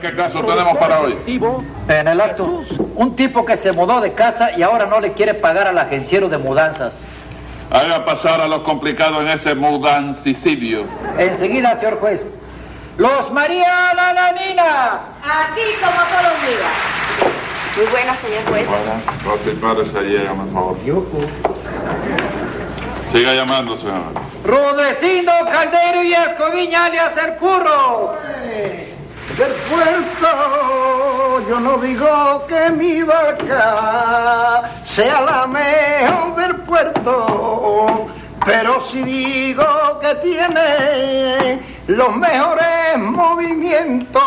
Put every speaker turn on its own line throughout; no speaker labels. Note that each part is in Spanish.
¿Qué caso tenemos para hoy?
En el acto, un tipo que se mudó de casa y ahora no le quiere pagar al agenciero de mudanzas.
Haga pasar a los complicados en ese mudancicidio.
Enseguida, señor juez. Los María Nananina.
Aquí como todos los días. Muy buenas, señor juez.
Bueno, Rosy Párez, ahí llama, por favor. Siga llamando, señora.
Rudecindo Caldero y Escoviña alias el curro.
Del puerto yo no digo que mi barca sea la mejor del puerto, pero sí digo que tiene los mejores movimientos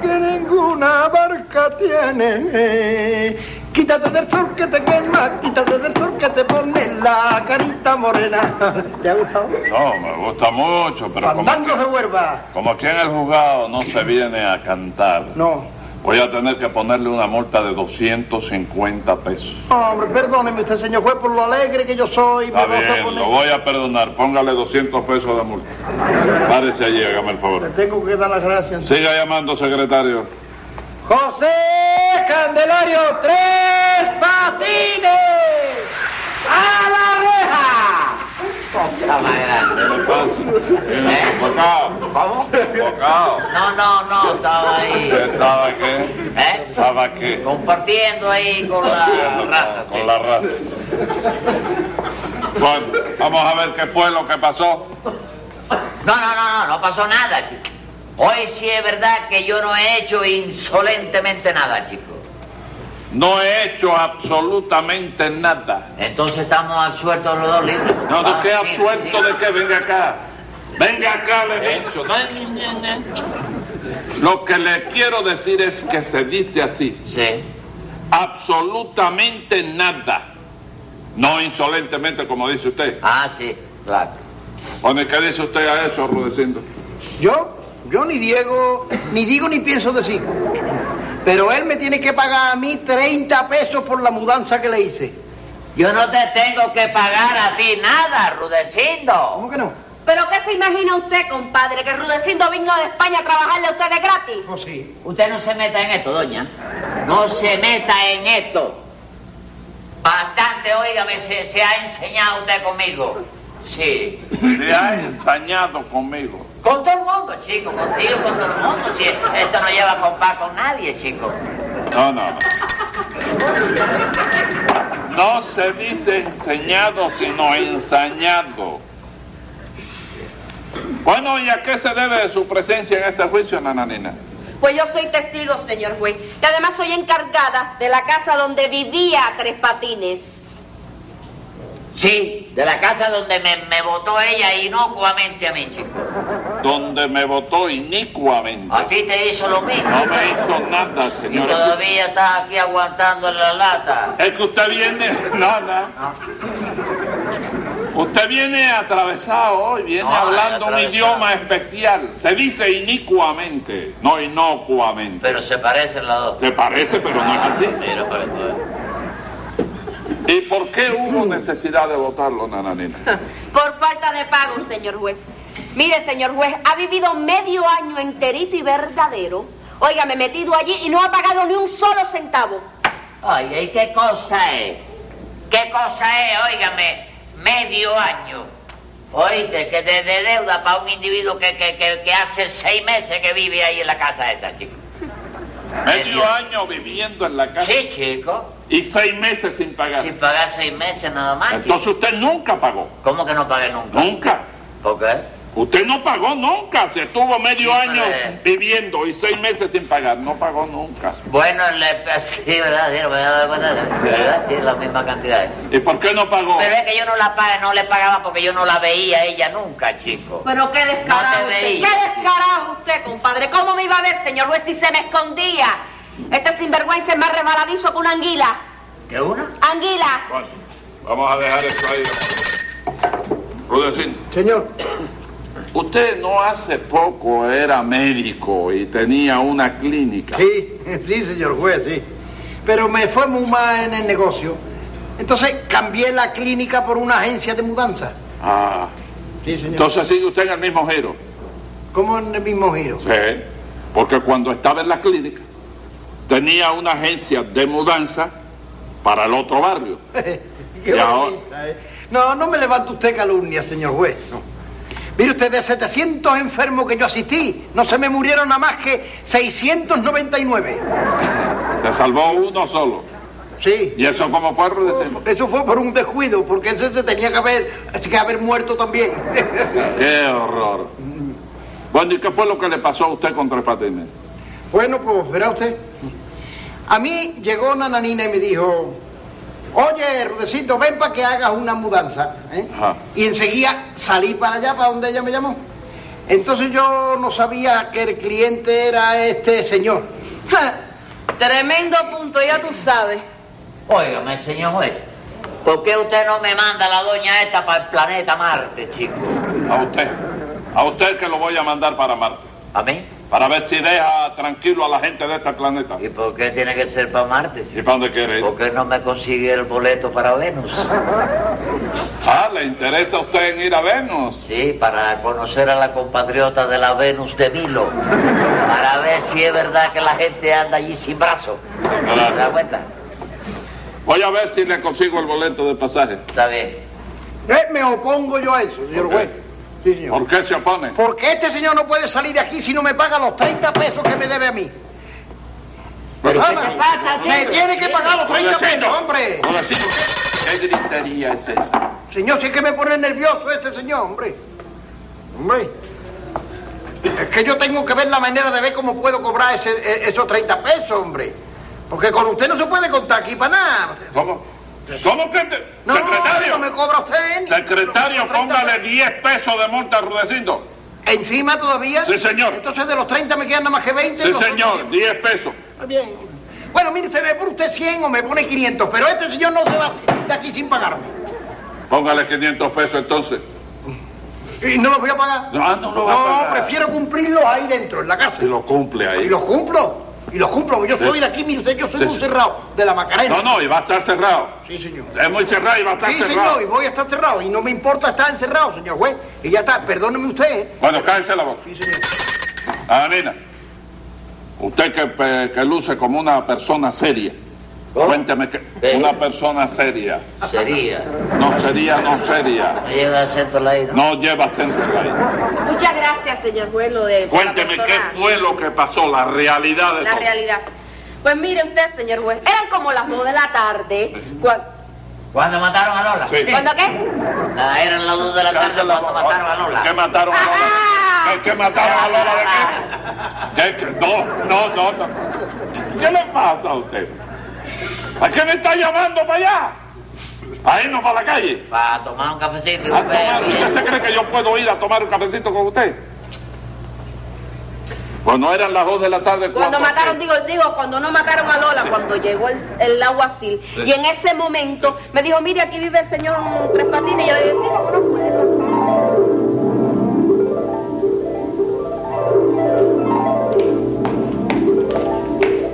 que ninguna barca tiene. Quítate del sol que te quema, quítate del sol que te pone la carita morena. ¿Te ha gustado?
No, me gusta mucho, pero como,
Fandangos de Huelva.
como aquí en el juzgado no se viene a cantar,
No.
voy a tener que ponerle una multa de 250 pesos.
Hombre, perdóneme usted, señor juez, por lo alegre que yo soy.
Está
me voto
bien,
con
lo
él.
voy a perdonar. Póngale 200 pesos de multa. Párese allí, hágame el
Le
favor.
tengo que dar las gracias.
Siga llamando, secretario.
José Candelario Tres Patines. ¡A la reja!
Cosa más
¿Qué
grande.
le pasa? Viene Bocado. Bocado.
No, no, no, estaba ahí.
¿Usted estaba qué?
¿Eh?
¿Estaba qué?
Compartiendo ahí con la raza.
con
sí.
la raza. Bueno, vamos a ver qué fue lo que pasó.
No, no, no, no, no pasó nada, chico. Hoy sí es verdad que yo no he hecho insolentemente nada, chico.
No he hecho absolutamente nada.
Entonces estamos absueltos los dos libres.
No, ¿de qué
Ah, sí,
absuelto
sí.
de qué? Venga acá. Venga acá, le he dicho. No, no, no, no. Lo que le quiero decir es que se dice así.
Sí.
Absolutamente nada. No insolentemente, como dice usted.
Ah, sí, claro.
Bueno, ¿y qué dice usted a eso, Rudecindo?
Yo, yo ni Diego, ni digo ni pienso decir. Pero él me tiene que pagar a mí 30 pesos por la mudanza que le hice.
Yo no te tengo que pagar a ti nada, Rudecindo.
¿Cómo que no?
¿Pero qué se imagina usted, compadre? Que Rudecindo vino de España a trabajarle a ustedes gratis.
Pues sí.
Usted no se meta en esto, doña. No se meta en esto. Bastante, óigame, se, se ha enseñado usted conmigo. Sí.
Se ha ensañado conmigo.
Con todo el mundo, chico. Contigo, con todo el mundo. Sí, esto no lleva compás con nadie, chico.
No, no. No se dice enseñado, sino ensañado. Bueno, ¿y a qué se debe su presencia en este juicio, Nananina?
Pues yo soy testigo, señor juez. Y además soy encargada de la casa donde vivía Tres Patines.
Sí, de la casa donde me, me votó ella inocuamente a mí, chico.
Donde me votó inicuamente.
A ti te hizo lo mismo.
No me hizo nada,
Y
señora.
todavía estás aquí aguantando en la lata.
Es que usted viene, nada. Usted viene atravesado hoy, viene
No,
hablando un
atravesado.
idioma especial. Se dice inicuamente, no inocuamente.
Pero se parecen las dos.
Se parece, pero no es así.
Mira, para que tú veas.
¿Y por qué hubo necesidad de votarlo, Nananina?
Por falta de pago, señor juez. Mire, señor juez, ha vivido medio año enterito y verdadero. Óigame, metido allí y no ha pagado ni un solo centavo.
Oye, ¿y qué cosa es? ¿Qué cosa es? Óigame, medio año. Oíste, que de, de deuda para un individuo que, que, que, que hace seis meses que vive ahí en la casa esa, chico.
Medio año viviendo en la casa
Sí, chico.
y seis meses sin pagar.
Sin pagar seis meses nada
Ah.
más, chico.
Entonces ¿Eh? usted nunca pagó.
¿Cómo que no pagué nunca?
Nunca.
¿Por qué?
Usted no pagó nunca. Se estuvo medio
Sí,
año
pero- eh,
viviendo y seis meses sin pagar. No pagó nunca.
Bueno, le, sí, ¿verdad? Sí, no me he dado cuenta. ¿Verdad? Sí, la misma cantidad.
¿Y por qué no pagó?
Pero es que yo no la paga, no le pagaba porque yo no la veía a ella nunca, chico.
Pero qué descarado
No te
usted.
veía.
Qué descarado usted, compadre. ¿Cómo me iba a ver, señor juez, si se me escondía? Este sinvergüenza es más resbaladizo que una anguila.
¿Qué una?
Anguila.
Bueno, vamos a dejar eso ahí. Rudecindo,
Señor,
usted no hace poco era médico y tenía una clínica.
sí, sí, señor juez, sí. Pero me fue muy mal en el negocio. Entonces cambié la clínica por una agencia de mudanza.
Ah,
Sí, señor.
entonces sigue usted en el mismo giro.
Como en el mismo giro.
Sí. Porque cuando estaba en la clínica, tenía una agencia de mudanza para el otro barrio.
Qué
Y ahora-
bonita, ¿eh? No, no me levante usted calumnia, señor juez. no. Mire usted, de 700 enfermos que yo asistí, no se me murieron nada más que 699.
Se salvó uno solo.
Sí.
¿Y eso cómo fue, Rudecindo?
Eso fue por un descuido, porque ese se tenía que haber, que haber muerto también.
¡Qué horror! Bueno, ¿y qué fue lo que le pasó a usted con Tres Patines?
Bueno, pues verá usted. A mí llegó una nanina y me dijo, oye, Rudecito, ven para que hagas una mudanza. ¿eh?".
Ajá.
Y enseguida salí para allá, para donde ella me llamó. Entonces yo no sabía que el cliente era este señor.
Tremendo punto, ya tú sabes.
Óigame, señor juez, ¿por qué usted no me manda a la doña esta para el planeta Marte, chico?
A usted. A usted que lo voy a mandar para Marte.
¿A mí?
Para ver si deja tranquilo a la gente de este planeta.
¿Y por qué tiene que ser para Marte,
¿Y
chico?
para dónde quiere ir?
¿Por qué no me consigue el boleto para Venus?
Ah, ¿le interesa a usted en ir a Venus?
Sí, para conocer a la compatriota de la Venus de Milo. Para ver si es verdad que la gente anda allí sin brazos.
Claro.
¿Se da cuenta?
Voy a ver si le consigo el boleto de pasaje.
Está bien.
Eh, Me opongo yo a eso, señor
Ok.
juez. Sí, señor.
¿Por qué se opone?
Porque este señor no puede salir de aquí si no me paga los 30 pesos que me debe a mí.
Pero-
Ama, me tiene que pagar los 30 pesos,
Rudecindo,
hombre.
Rudecindo, ¿Qué gritería es esa?
Señor, si es que me pone nervioso este señor, hombre. Hombre. Es que yo tengo que ver la manera de ver cómo puedo cobrar ese- e- esos 30 pesos, hombre. Porque con usted no se puede contar aquí para nada.
¿Cómo? ¿Cómo que te...
No,
Secretario,
no me cobra usted. ni-
secretario,
los 30
póngale 10 pesos de multa a Rudecindo.
pesos. ¿Encima todavía?
Sí, señor.
Entonces de los 30 me quedan nada más que 20.
Sí,
los otros
señor,
diez.
10 pesos.
Está bien. Bueno, mire, usted me pone usted 100 o me pone 500, pero este señor no se va de aquí sin pagarme.
Póngale 500 pesos entonces.
Y no los voy a pagar.
No, Ah, no lo va a pagar.
prefiero cumplirlos ahí dentro, en la
Y
cárcel.
lo cumple
Y
ahí.
los cumplo, y los cumplo. Yo soy de aquí, mire usted, yo soy
Sí,
un
sí.
cerrado de la Macarena.
No, no, y va a estar cerrado.
Sí, señor.
Es muy cerrado y va a estar
Sí,
cerrado.
señor, y voy a estar cerrado. Y no me importa estar encerrado, señor juez. Y ya está, perdóneme usted. ¿eh?
Bueno, cállese la boca.
Sí, señor.
Anina, Ah, usted que, pe- que luce como una persona seria.
¿Cómo?
Cuénteme que
Sí.
una persona seria.
Sería.
No sería, no seria.
No lleva acento la I, ¿no?
No lleva centro ahí.
Muchas gracias, señor juez, lo de...
Cuénteme
la
qué
persona-
fue lo que pasó, la realidad de
La
todo.
realidad. Pues mire usted, señor juez, eran como las dos de la tarde. cua-
¿Cuándo mataron a Lola?
Sí.
¿Cuándo qué?
Ah, eran las dos de la tarde
Cállese la
cuando
boca.
mataron a Lola.
¿Qué mataron a Lola? ¿Qué, qué mataron a Lola de qué? ¿Qué- qué? No, no, no, no. ¿Qué le pasa a usted? ¿A qué me está llamando para allá? A irnos para la calle.
Para tomar un cafecito y
A
un
tomar- ¿Usted se
beer.
cree que yo puedo ir a tomar un cafecito con usted? Cuando eran las 2 de la tarde,
Cuando mataron,
qué?
digo, digo, cuando no mataron a Lola, cuando llegó el, el aguacil. Y en ese momento me dijo, mire, aquí vive el señor Tres Patines. Y yo le dije, sí, ¿cómo no puede pasar?".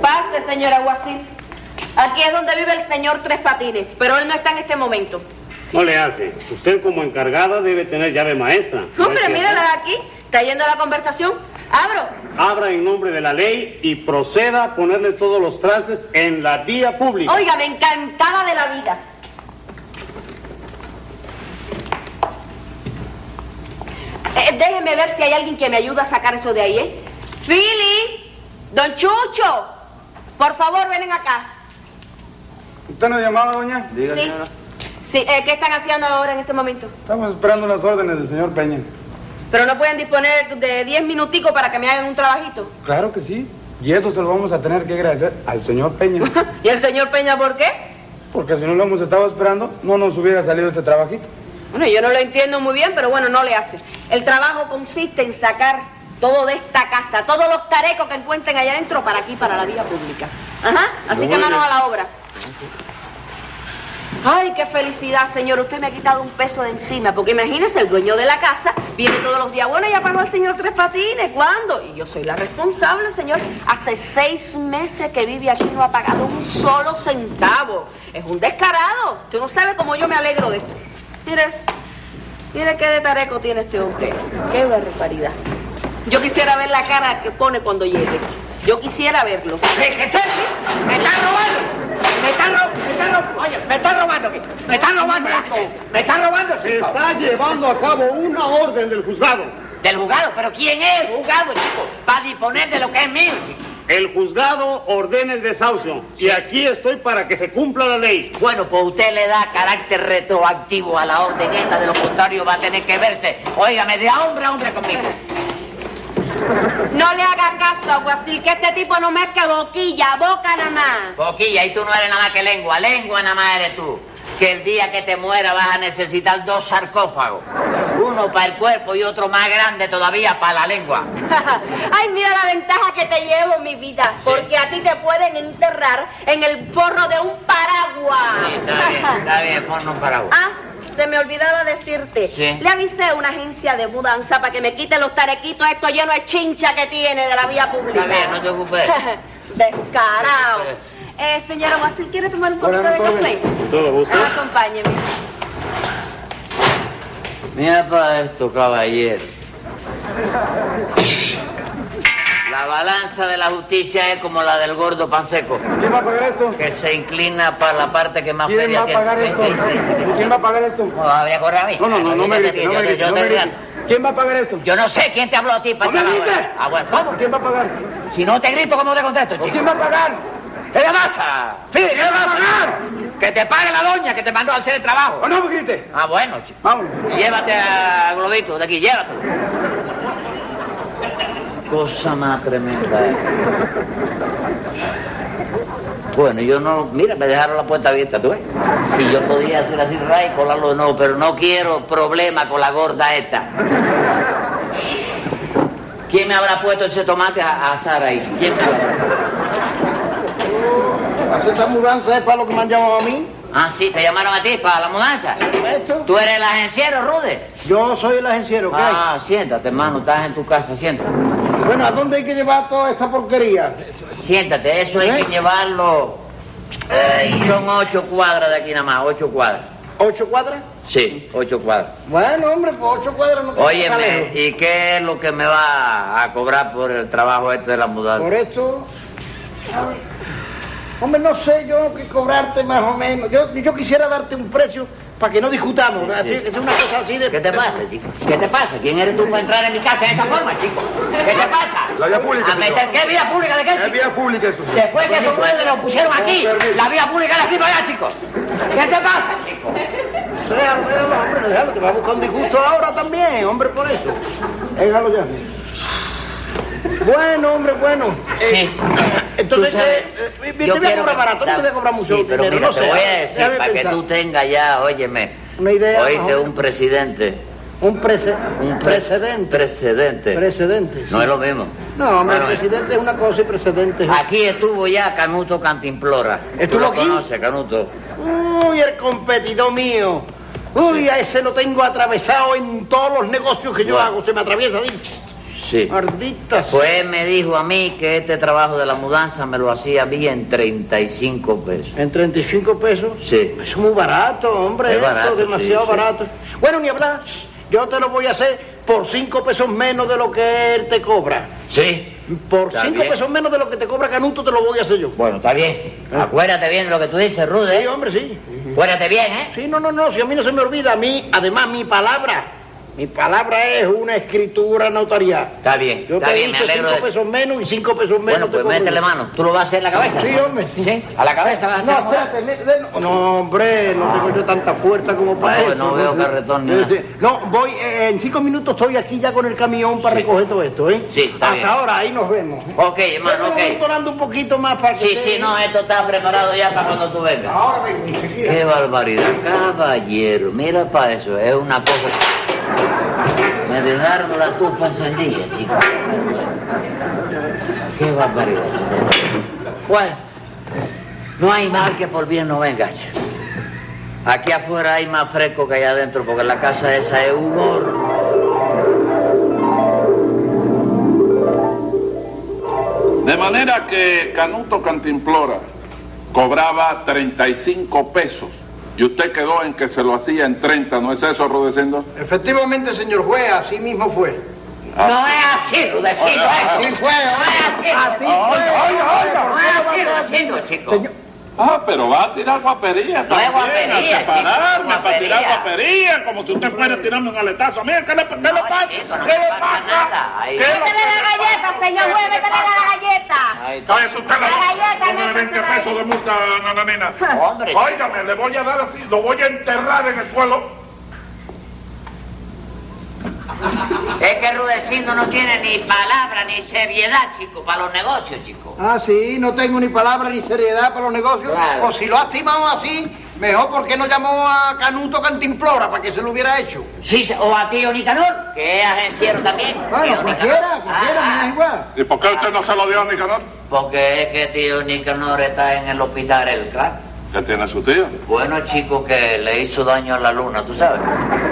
Pase, señor aguacil. Aquí es donde vive el señor Tres Patines, pero él no está en este momento.
No le hace. Usted como encargada debe tener llave maestra. ¿no es
Hombre,
cierto?
mírala aquí, trayendo la conversación. Abro.
Abra en nombre de la ley y proceda a ponerle todos los trastes en la vía pública.
Oiga, me encantaba de la vida. Eh, déjeme ver si hay alguien que me ayude a sacar eso de ahí, ¿eh? Philly, don Chucho, por favor, vengan acá.
¿Usted nos llamaba, doña?
sí. Sí, eh, ¿qué están haciendo ahora en este momento?
Estamos esperando las órdenes del señor Peña.
Pero no pueden disponer de 10 minuticos para que me hagan un trabajito.
Claro que sí. Y eso se lo vamos a tener que agradecer al señor Peña.
¿Y el señor Peña por qué?
Porque si no lo hemos estado esperando, no nos hubiera salido este trabajito.
Bueno, yo no lo entiendo muy bien, pero bueno, no le hace. El trabajo consiste en sacar todo de esta casa, todos los tarecos que encuentren allá adentro para aquí, para la vía pública. Ajá, así que manos a la obra. Ay, qué felicidad, señor. Usted me ha quitado un peso de encima, porque imagínese, el dueño de la casa viene todos los días. Bueno, ya pagó al señor Tres Patines. ¿Cuándo? Y yo soy la responsable, señor. Hace seis meses que vive aquí y no ha pagado un solo centavo. Es un descarado. Usted no sabe cómo yo me alegro de esto. Mire eso. Mire qué de tareco tiene este hombre. Qué barbaridad. Yo quisiera ver la cara que pone cuando llegue. Yo quisiera verlo.
¿Qué, qué es eso? ¡Me están robando! ¡Me están robando! ¡Me están robando! ¡Oye, me están robando! aquí. ¡Me están robando! esto. ¡Me están robando!
Se está llevando a cabo una orden del juzgado.
Del juzgado, pero ¿quién es el juzgado, chico? Para disponer de lo que es mío, chico.
El juzgado ordena el desahucio y aquí estoy para que se cumpla la ley.
Bueno, pues usted le da carácter retroactivo a la orden esta, de lo contrario va a tener que verse, óigame, de hombre a hombre conmigo.
No le haga caso, alguacil, que este tipo no mezcla boquilla, boca nada más.
Boquilla, y tú no eres nada más que lengua, lengua nada más eres tú. Que el día que te muera vas a necesitar dos sarcófagos. Uno para el cuerpo y otro más grande todavía para la lengua.
Ay, mira la ventaja que te llevo, mi vida, porque a ti te pueden enterrar en el forro de un paraguas.
Sí, está bien, está bien, ponlo para vos.
Ah, se me olvidaba decirte.
Sí.
Le avisé a una agencia de mudanza para que me quite los tarequitos estos llenos de chincha que tiene de la vía pública.
Está bien, no te ocupes.
Descarado. Eh, señora Guasil, ¿quiere tomar un poquito de café?
Todo gusto.
Ah, acompáñeme.
Mira para esto, caballero. La balanza de la justicia es como la del gordo panseco,
¿Quién va a pagar esto?
que se inclina para la parte que más
¿Quién va
feria
a
tiene.
pagar esto?
Ven, ven, ven, ven,
¿Quién va a pagar esto?
No, habría correr a mí.
No, no, no, no me
Yo te-
grite, no me
yo te-
grite,
yo
no
te-
me grite. ¿Quién va a pagar esto?
Yo no sé quién te habló a ti, para
¡No me grite!
Ah, bueno, ¿cómo?
¿Quién va a pagar?
Si no te grito, ¿cómo te contesto, chico?
¿Quién va a pagar?
¡Es la masa! ¡Sí, es la masa! ¡Que te pague la doña que te mandó a hacer el trabajo!
¡Oh, no me grite!
Ah, bueno, chico.
Vamos.
Llévate a Globito de aquí, llévatelo. Cosa más tremenda. eh. Bueno, yo no... Mira, me dejaron la puerta abierta, ¿tú ves? Si yo podía hacer así, ray, colarlo de nuevo, pero no quiero problema con la gorda esta. ¿Quién me habrá puesto ese tomate a, a Sara ahí? ¿Quién me lo habrá?
Hace esta mudanza es para lo que me han llamado a mí.
Ah, sí, te llamaron a ti para la mudanza.
Esto.
¿Tú eres el agenciero, Rude?
Yo soy el agenciero, ¿qué hay?
Ah, siéntate, hermano, estás en tu casa, siéntate.
Bueno, ¿a dónde hay que llevar toda esta porquería?
Siéntate, eso hay
¿Eh?
que llevarlo. Ay, son ocho cuadras de aquí nada más, ocho cuadras.
¿Ocho cuadras?
Sí, ocho cuadras.
Bueno, hombre, pues ocho cuadras no te saca
Óyeme,
lejos.
¿y qué es lo que me va a cobrar por el trabajo este de la
Por
mudanza?
esto. ay, Hombre, no sé yo qué cobrarte más o menos. Yo, yo quisiera darte un precio para que no discutamos. así,
sí.
que sea una cosa así de.
¿Qué te pasa, chico? ¿Qué te pasa? ¿Quién eres tú para entrar en mi casa de esa forma, chico? ¿Qué te pasa?
La vía pública,
Ah,
¿A meter
señor.
qué vía pública de qué,
Es
chico?
vía pública esto. señor.
Después que esos muebles los pusieron aquí, la vía pública de aquí para allá, chicos. ¿Qué te pasa, chico?
Déjalo, déjalo, hombre, déjalo. Te va a buscar un disgusto ahora también, hombre, por eso. Déjalo ya. Bueno, hombre, bueno. Eh,
Sí.
Entonces,
Tú sabes,
eh, eh, te
yo
voy a
quiero
cobrar
que-
barato, no te voy a cobrar mucho
Sí, pero
dinero,
mira,
no
te
sé,
voy a decir,
déjame
para que
pensar.
tú tengas ya, óyeme,
Una idea,
oíste,
¿no?
un presidente.
Un, prece-
Un pre-
precedente.
Precedente.
Precedente. sí.
No es lo mismo.
No, hombre,
Bueno,
presidente es una cosa y precedente es otra.
Aquí estuvo ya Canuto Cantimplora.
¿Estuvo
¿Tú lo
aquí?
conoces, Canuto?
Uy, el competidor mío. Uy, a ese lo tengo atravesado en todos los negocios que yo
Bueno.
hago. Se me atraviesa así.
Sí.
Maldita sea.
Pues él me dijo a mí que este trabajo de la mudanza me lo hacía bien 35 pesos.
En 35 pesos.
Sí.
Es muy barato, hombre.
Es
esto,
barato,
demasiado
sí, sí.
barato. Bueno, ni hablar. Yo te lo voy a hacer por 5 pesos menos de lo que él te cobra.
Sí.
Por
Está
5
bien.
pesos menos de lo que te cobra Canuto te lo voy a hacer yo.
Bueno, ¿eh? está
Eh.
bien. Acuérdate bien de lo que tú dices, Rude.
Sí, hombre, sí.
Acuérdate bien, ¿eh?
Sí, no, no, no, si a mí no se me olvida, a mí, además, mi palabra, mi palabra es una escritura notarial.
Está bien,
Yo
está
te
bien,
he
me
dicho
alegro
cinco
de eso.
pesos menos y cinco pesos menos.
Bueno, pues
te cobro
métele
yo.
mano. ¿Tú lo vas a hacer en la cabeza?
Sí,
¿no?
hombre.
¿Sí? ¿A la cabeza vas a hacer?
No,
mujer?
espérate, me- de- no, no, hombre, no tengo yo tanta fuerza como para
No, pues
eso.
no veo carretón ni nada.
Sí, sí. No, voy, eh, en cinco minutos estoy aquí ya con el camión para
Sí.
recoger todo esto, ¿eh?
Sí, está
Hasta
bien.
ahora, ahí nos vemos.
Ok, hermano,
Estoy
ok.
doctorando un poquito más para que
Sí,
esté-
sí, no, eh. esto está preparado ya para cuando tú vengas.
Ahora vengo, enseguida.
Qué barbaridad, caballero. Mira para eso, es una cosa. Me dejaron la tupa encendida, chico. Qué barbaridad. Bueno, no hay mal que por bien no venga. chico. Aquí afuera hay más fresco que allá adentro, porque la casa esa es un horno.
De manera que Canuto Cantimplora cobraba 35 pesos y usted quedó en que se lo hacía en 30, ¿no es eso, Rudecindo?
Efectivamente, señor juez, así mismo fue.
No es así, Rudecindo.
Así
fue. No es así.
Así
Oiga,
fue.
oiga,
No
oiga.
es así, Rudecindo, chico.
Señor,
Ah, pero va a tirar guapería
No es
también,
guapería,
a separarme
chico,
para tirar
guapería.
guapería, como si usted fuera a tirarme un aletazo. Mira, ¿qué le, qué le pasa?
chico, no
¿Qué
le
le
pasa
pasa?
nada. Ahí.
¿Qué le
Métele la galleta, señor juez, métele la galleta.
Ahí está.
Entonces usted
La galleta,
le
métase
pone 20
la
pesos de multa, nananina.
Hombre,
Óigame, le voy a dar así, lo voy a enterrar en el suelo.
es que Rudecindo no tiene ni palabra ni seriedad, chico, para los negocios, chico.
Ah, sí, no tengo ni palabra ni seriedad para los negocios.
Claro.
O si lo estimamos así, mejor porque no llamó a Canuto Cantimplora para que se lo hubiera hecho.
Sí, se- o a tío Nicanor, que es agenciero también.
Bueno,
Tío
cualquiera,
Nicanor.
cualquiera,
Ah,
me da igual.
¿Y por qué usted no se lo dio a Nicanor?
Porque es que tío Nicanor está en el hospital El Crack.
¿Qué tiene su tío?
Bueno, chico, que le hizo daño a la luna, ¿tú sabes?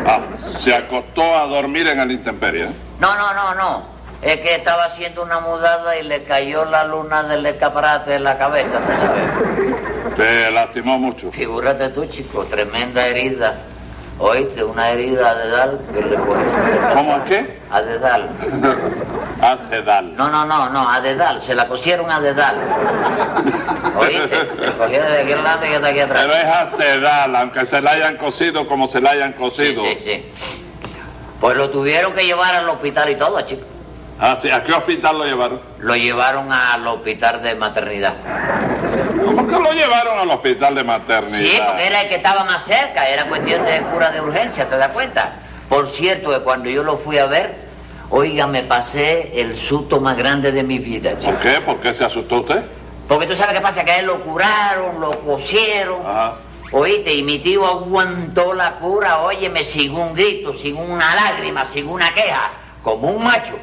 Ah, se acostó a dormir en el intemperie. ¿eh?
No, no, no, no. Es que estaba haciendo una mudada y le cayó la luna del escaparate en la cabeza, ¿tú sabes?
Te lastimó mucho.
Figúrate tú, chico, tremenda herida. Oíste, una herida a dedal que le fue.
¿Cómo qué?
A dedal.
Hace dal.
No, no, no, no, a dedal. Se la cosieron a dedal. Oíste, se cogieron de aquí adelante y hasta aquí atrás.
Pero es acedal, aunque se la hayan cosido como se la hayan cosido.
Sí, sí, sí. Pues lo tuvieron que llevar al hospital y todo, chico.
Ah, sí, ¿A qué hospital lo llevaron?
Lo llevaron al hospital de maternidad.
¿Cómo que lo llevaron al hospital de maternidad?
Sí, porque era el que estaba más cerca, era cuestión de cura de urgencia, ¿te das cuenta? Por cierto, que cuando yo lo fui a ver, oiga, me pasé el susto más grande de mi vida, chico.
¿Por qué? ¿Por qué se asustó usted?
Porque tú sabes qué pasa, que a él lo curaron, lo cosieron,
Ajá.
oíste, y mi tío aguantó la cura, óyeme, sin un grito, sin una lágrima, sin una queja, como un macho.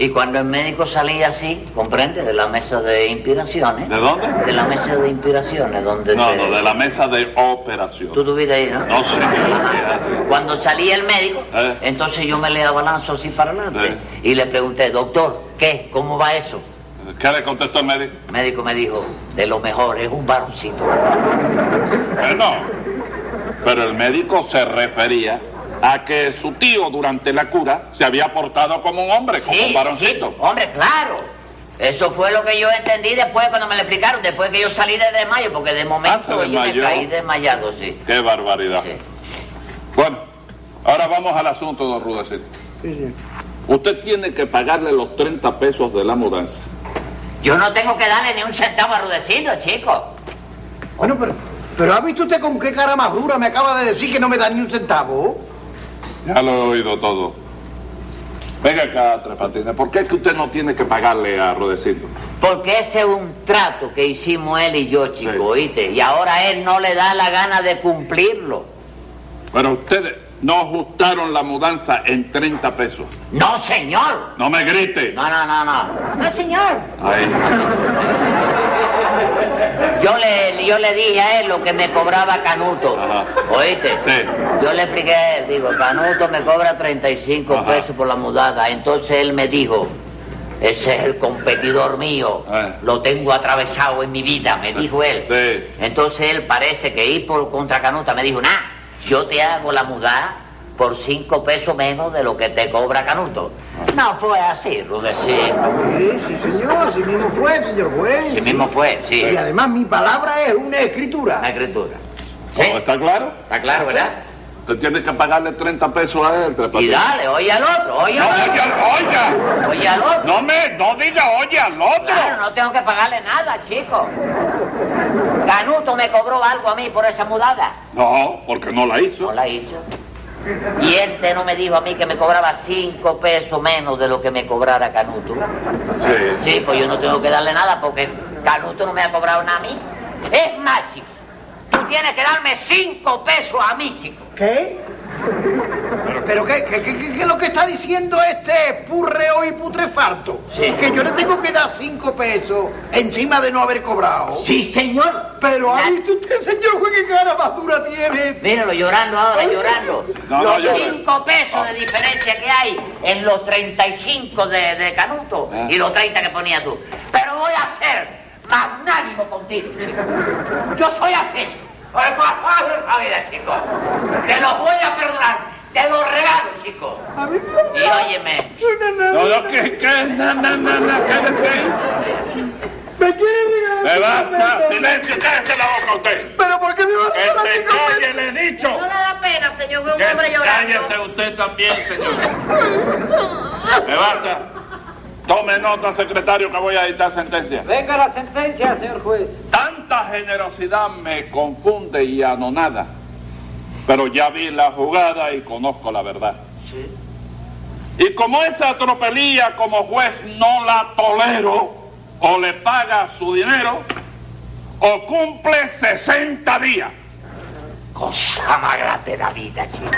Y cuando el médico salía así, ¿comprendes? De la mesa de inspiraciones.
¿De dónde?
De la mesa de inspiraciones, donde
No,
te-
no, de la mesa de
Tú
operación.
tuviste ahí, ¿no?
No sé qué era así.
Cuando salía el médico,
Eh.
entonces yo me le abalanzo así para adelante y le pregunté, doctor, ¿qué? ¿Cómo va eso?
¿Qué le contestó el médico?
El médico me dijo, de lo mejor, es un varoncito.
Eh, no. Pero el médico se refería a que su tío durante la cura se había portado como un hombre, como un varoncito.
sí, hombre, claro. Eso fue lo que yo entendí después cuando me lo explicaron, después que yo salí de desmayo, porque de
se
momento yo me
desmayó.
caí desmayado, sí.
Qué barbaridad.
Sí.
Bueno, ahora vamos al asunto, don Rudecindo. Usted tiene que pagarle los 30 pesos de la mudanza.
Yo no tengo que darle ni un centavo a Rudecindo, chico.
Bueno, pero, pero ¿ha visto usted con qué cara más dura me acaba de decir que no me da ni un centavo?
Ya lo he oído todo. Venga acá, Tres Patines, ¿por qué es que usted no tiene que pagarle a Rudecindo?
Porque ese es un trato que hicimos él y yo, chico,
Sí.
¿oíste? Y ahora él no le da la gana de cumplirlo.
Pero ustedes no ajustaron la mudanza en 30 pesos.
No, señor.
No me grite.
No, no, no, no.
Ah,
No, señor.
Ahí.
Yo le, yo le dije a él lo que me cobraba Canuto.
Ajá.
¿Oíste?
Sí.
Yo le expliqué a él, digo, Canuto me cobra 35
Ajá.
pesos por la mudada. Entonces él me dijo, ese es el competidor mío.
Eh.
Lo tengo atravesado en mi vida, me dijo él.
Sí.
Entonces él parece que ir por contra Canuta me dijo, nah, yo te hago la mudada por 5 pesos menos de lo que te cobra Canuto.
Ah.
No fue así, Rudecindo.
Sí, sí, señor, así mismo fue, señor juez.
Sí mismo fue, sí.
Y además mi palabra es una escritura.
Una escritura. ¿Sí?
¿Todo Oh, está claro?
Está claro, ¿verdad?
Usted tiene que pagarle 30 pesos a él, Tres
Y
Patines.
dale, oye al otro, oye
No,
al
oiga,
otro.
oiga.
Oye al otro.
No me, no diga oye al
Claro,
otro.
no tengo que pagarle nada, chico. Canuto me cobró algo a mí por esa mudada.
No, porque no la
No
hizo.
la hizo. Y este no me dijo a mí que me cobraba cinco pesos menos de lo que me cobrara Canuto.
Sí.
Sí, pues yo no tengo que darle nada porque Canuto no me ha cobrado nada a mí. Es más, chico, tú tienes que darme cinco pesos a mí, chico.
¿Qué? ¿Pero qué, qué, qué- qué- qué es lo que está diciendo este purreo y putrefarto?
Sí.
Que yo le tengo que dar cinco pesos encima de no haber cobrado.
Sí, señor.
Pero
La-
¿ha visto usted, señor juez, qué cara más dura tiene?
Míralo llorando ahora, llorando.
No, no,
los
llora.
cinco pesos de diferencia que hay en los 35 de, de Canuto
Ah.
y los 30 que ponía tú. Pero voy a ser magnánimo contigo, chico. Yo soy aquello. Por el cual pago la vida, chico. Te los voy a perdonar Te lo regalo, chico. Y óyeme,
No, no, que, que, na, na, na, na, cállese ahí.
¿Me quieren regalar?
Me
cinco
basta,
pesos?
silencio, cállese la boca usted.
¿Pero por qué me vas a
Que
regalar
se
cinco pesos?
calle, le he dicho.
No le da pena, señor, ver
Que
un hombre
se
llorando.
cállese usted también, señor. Me basta. Tome nota, secretario, que voy a dictar sentencia.
Venga la sentencia, señor juez.
Tanta generosidad me confunde y anonada. Pero ya vi la jugada y conozco la verdad. Y como esa tropelía como juez no la tolero, o le paga su dinero, o cumple 60 días.
cosa más grande de la vida, chico.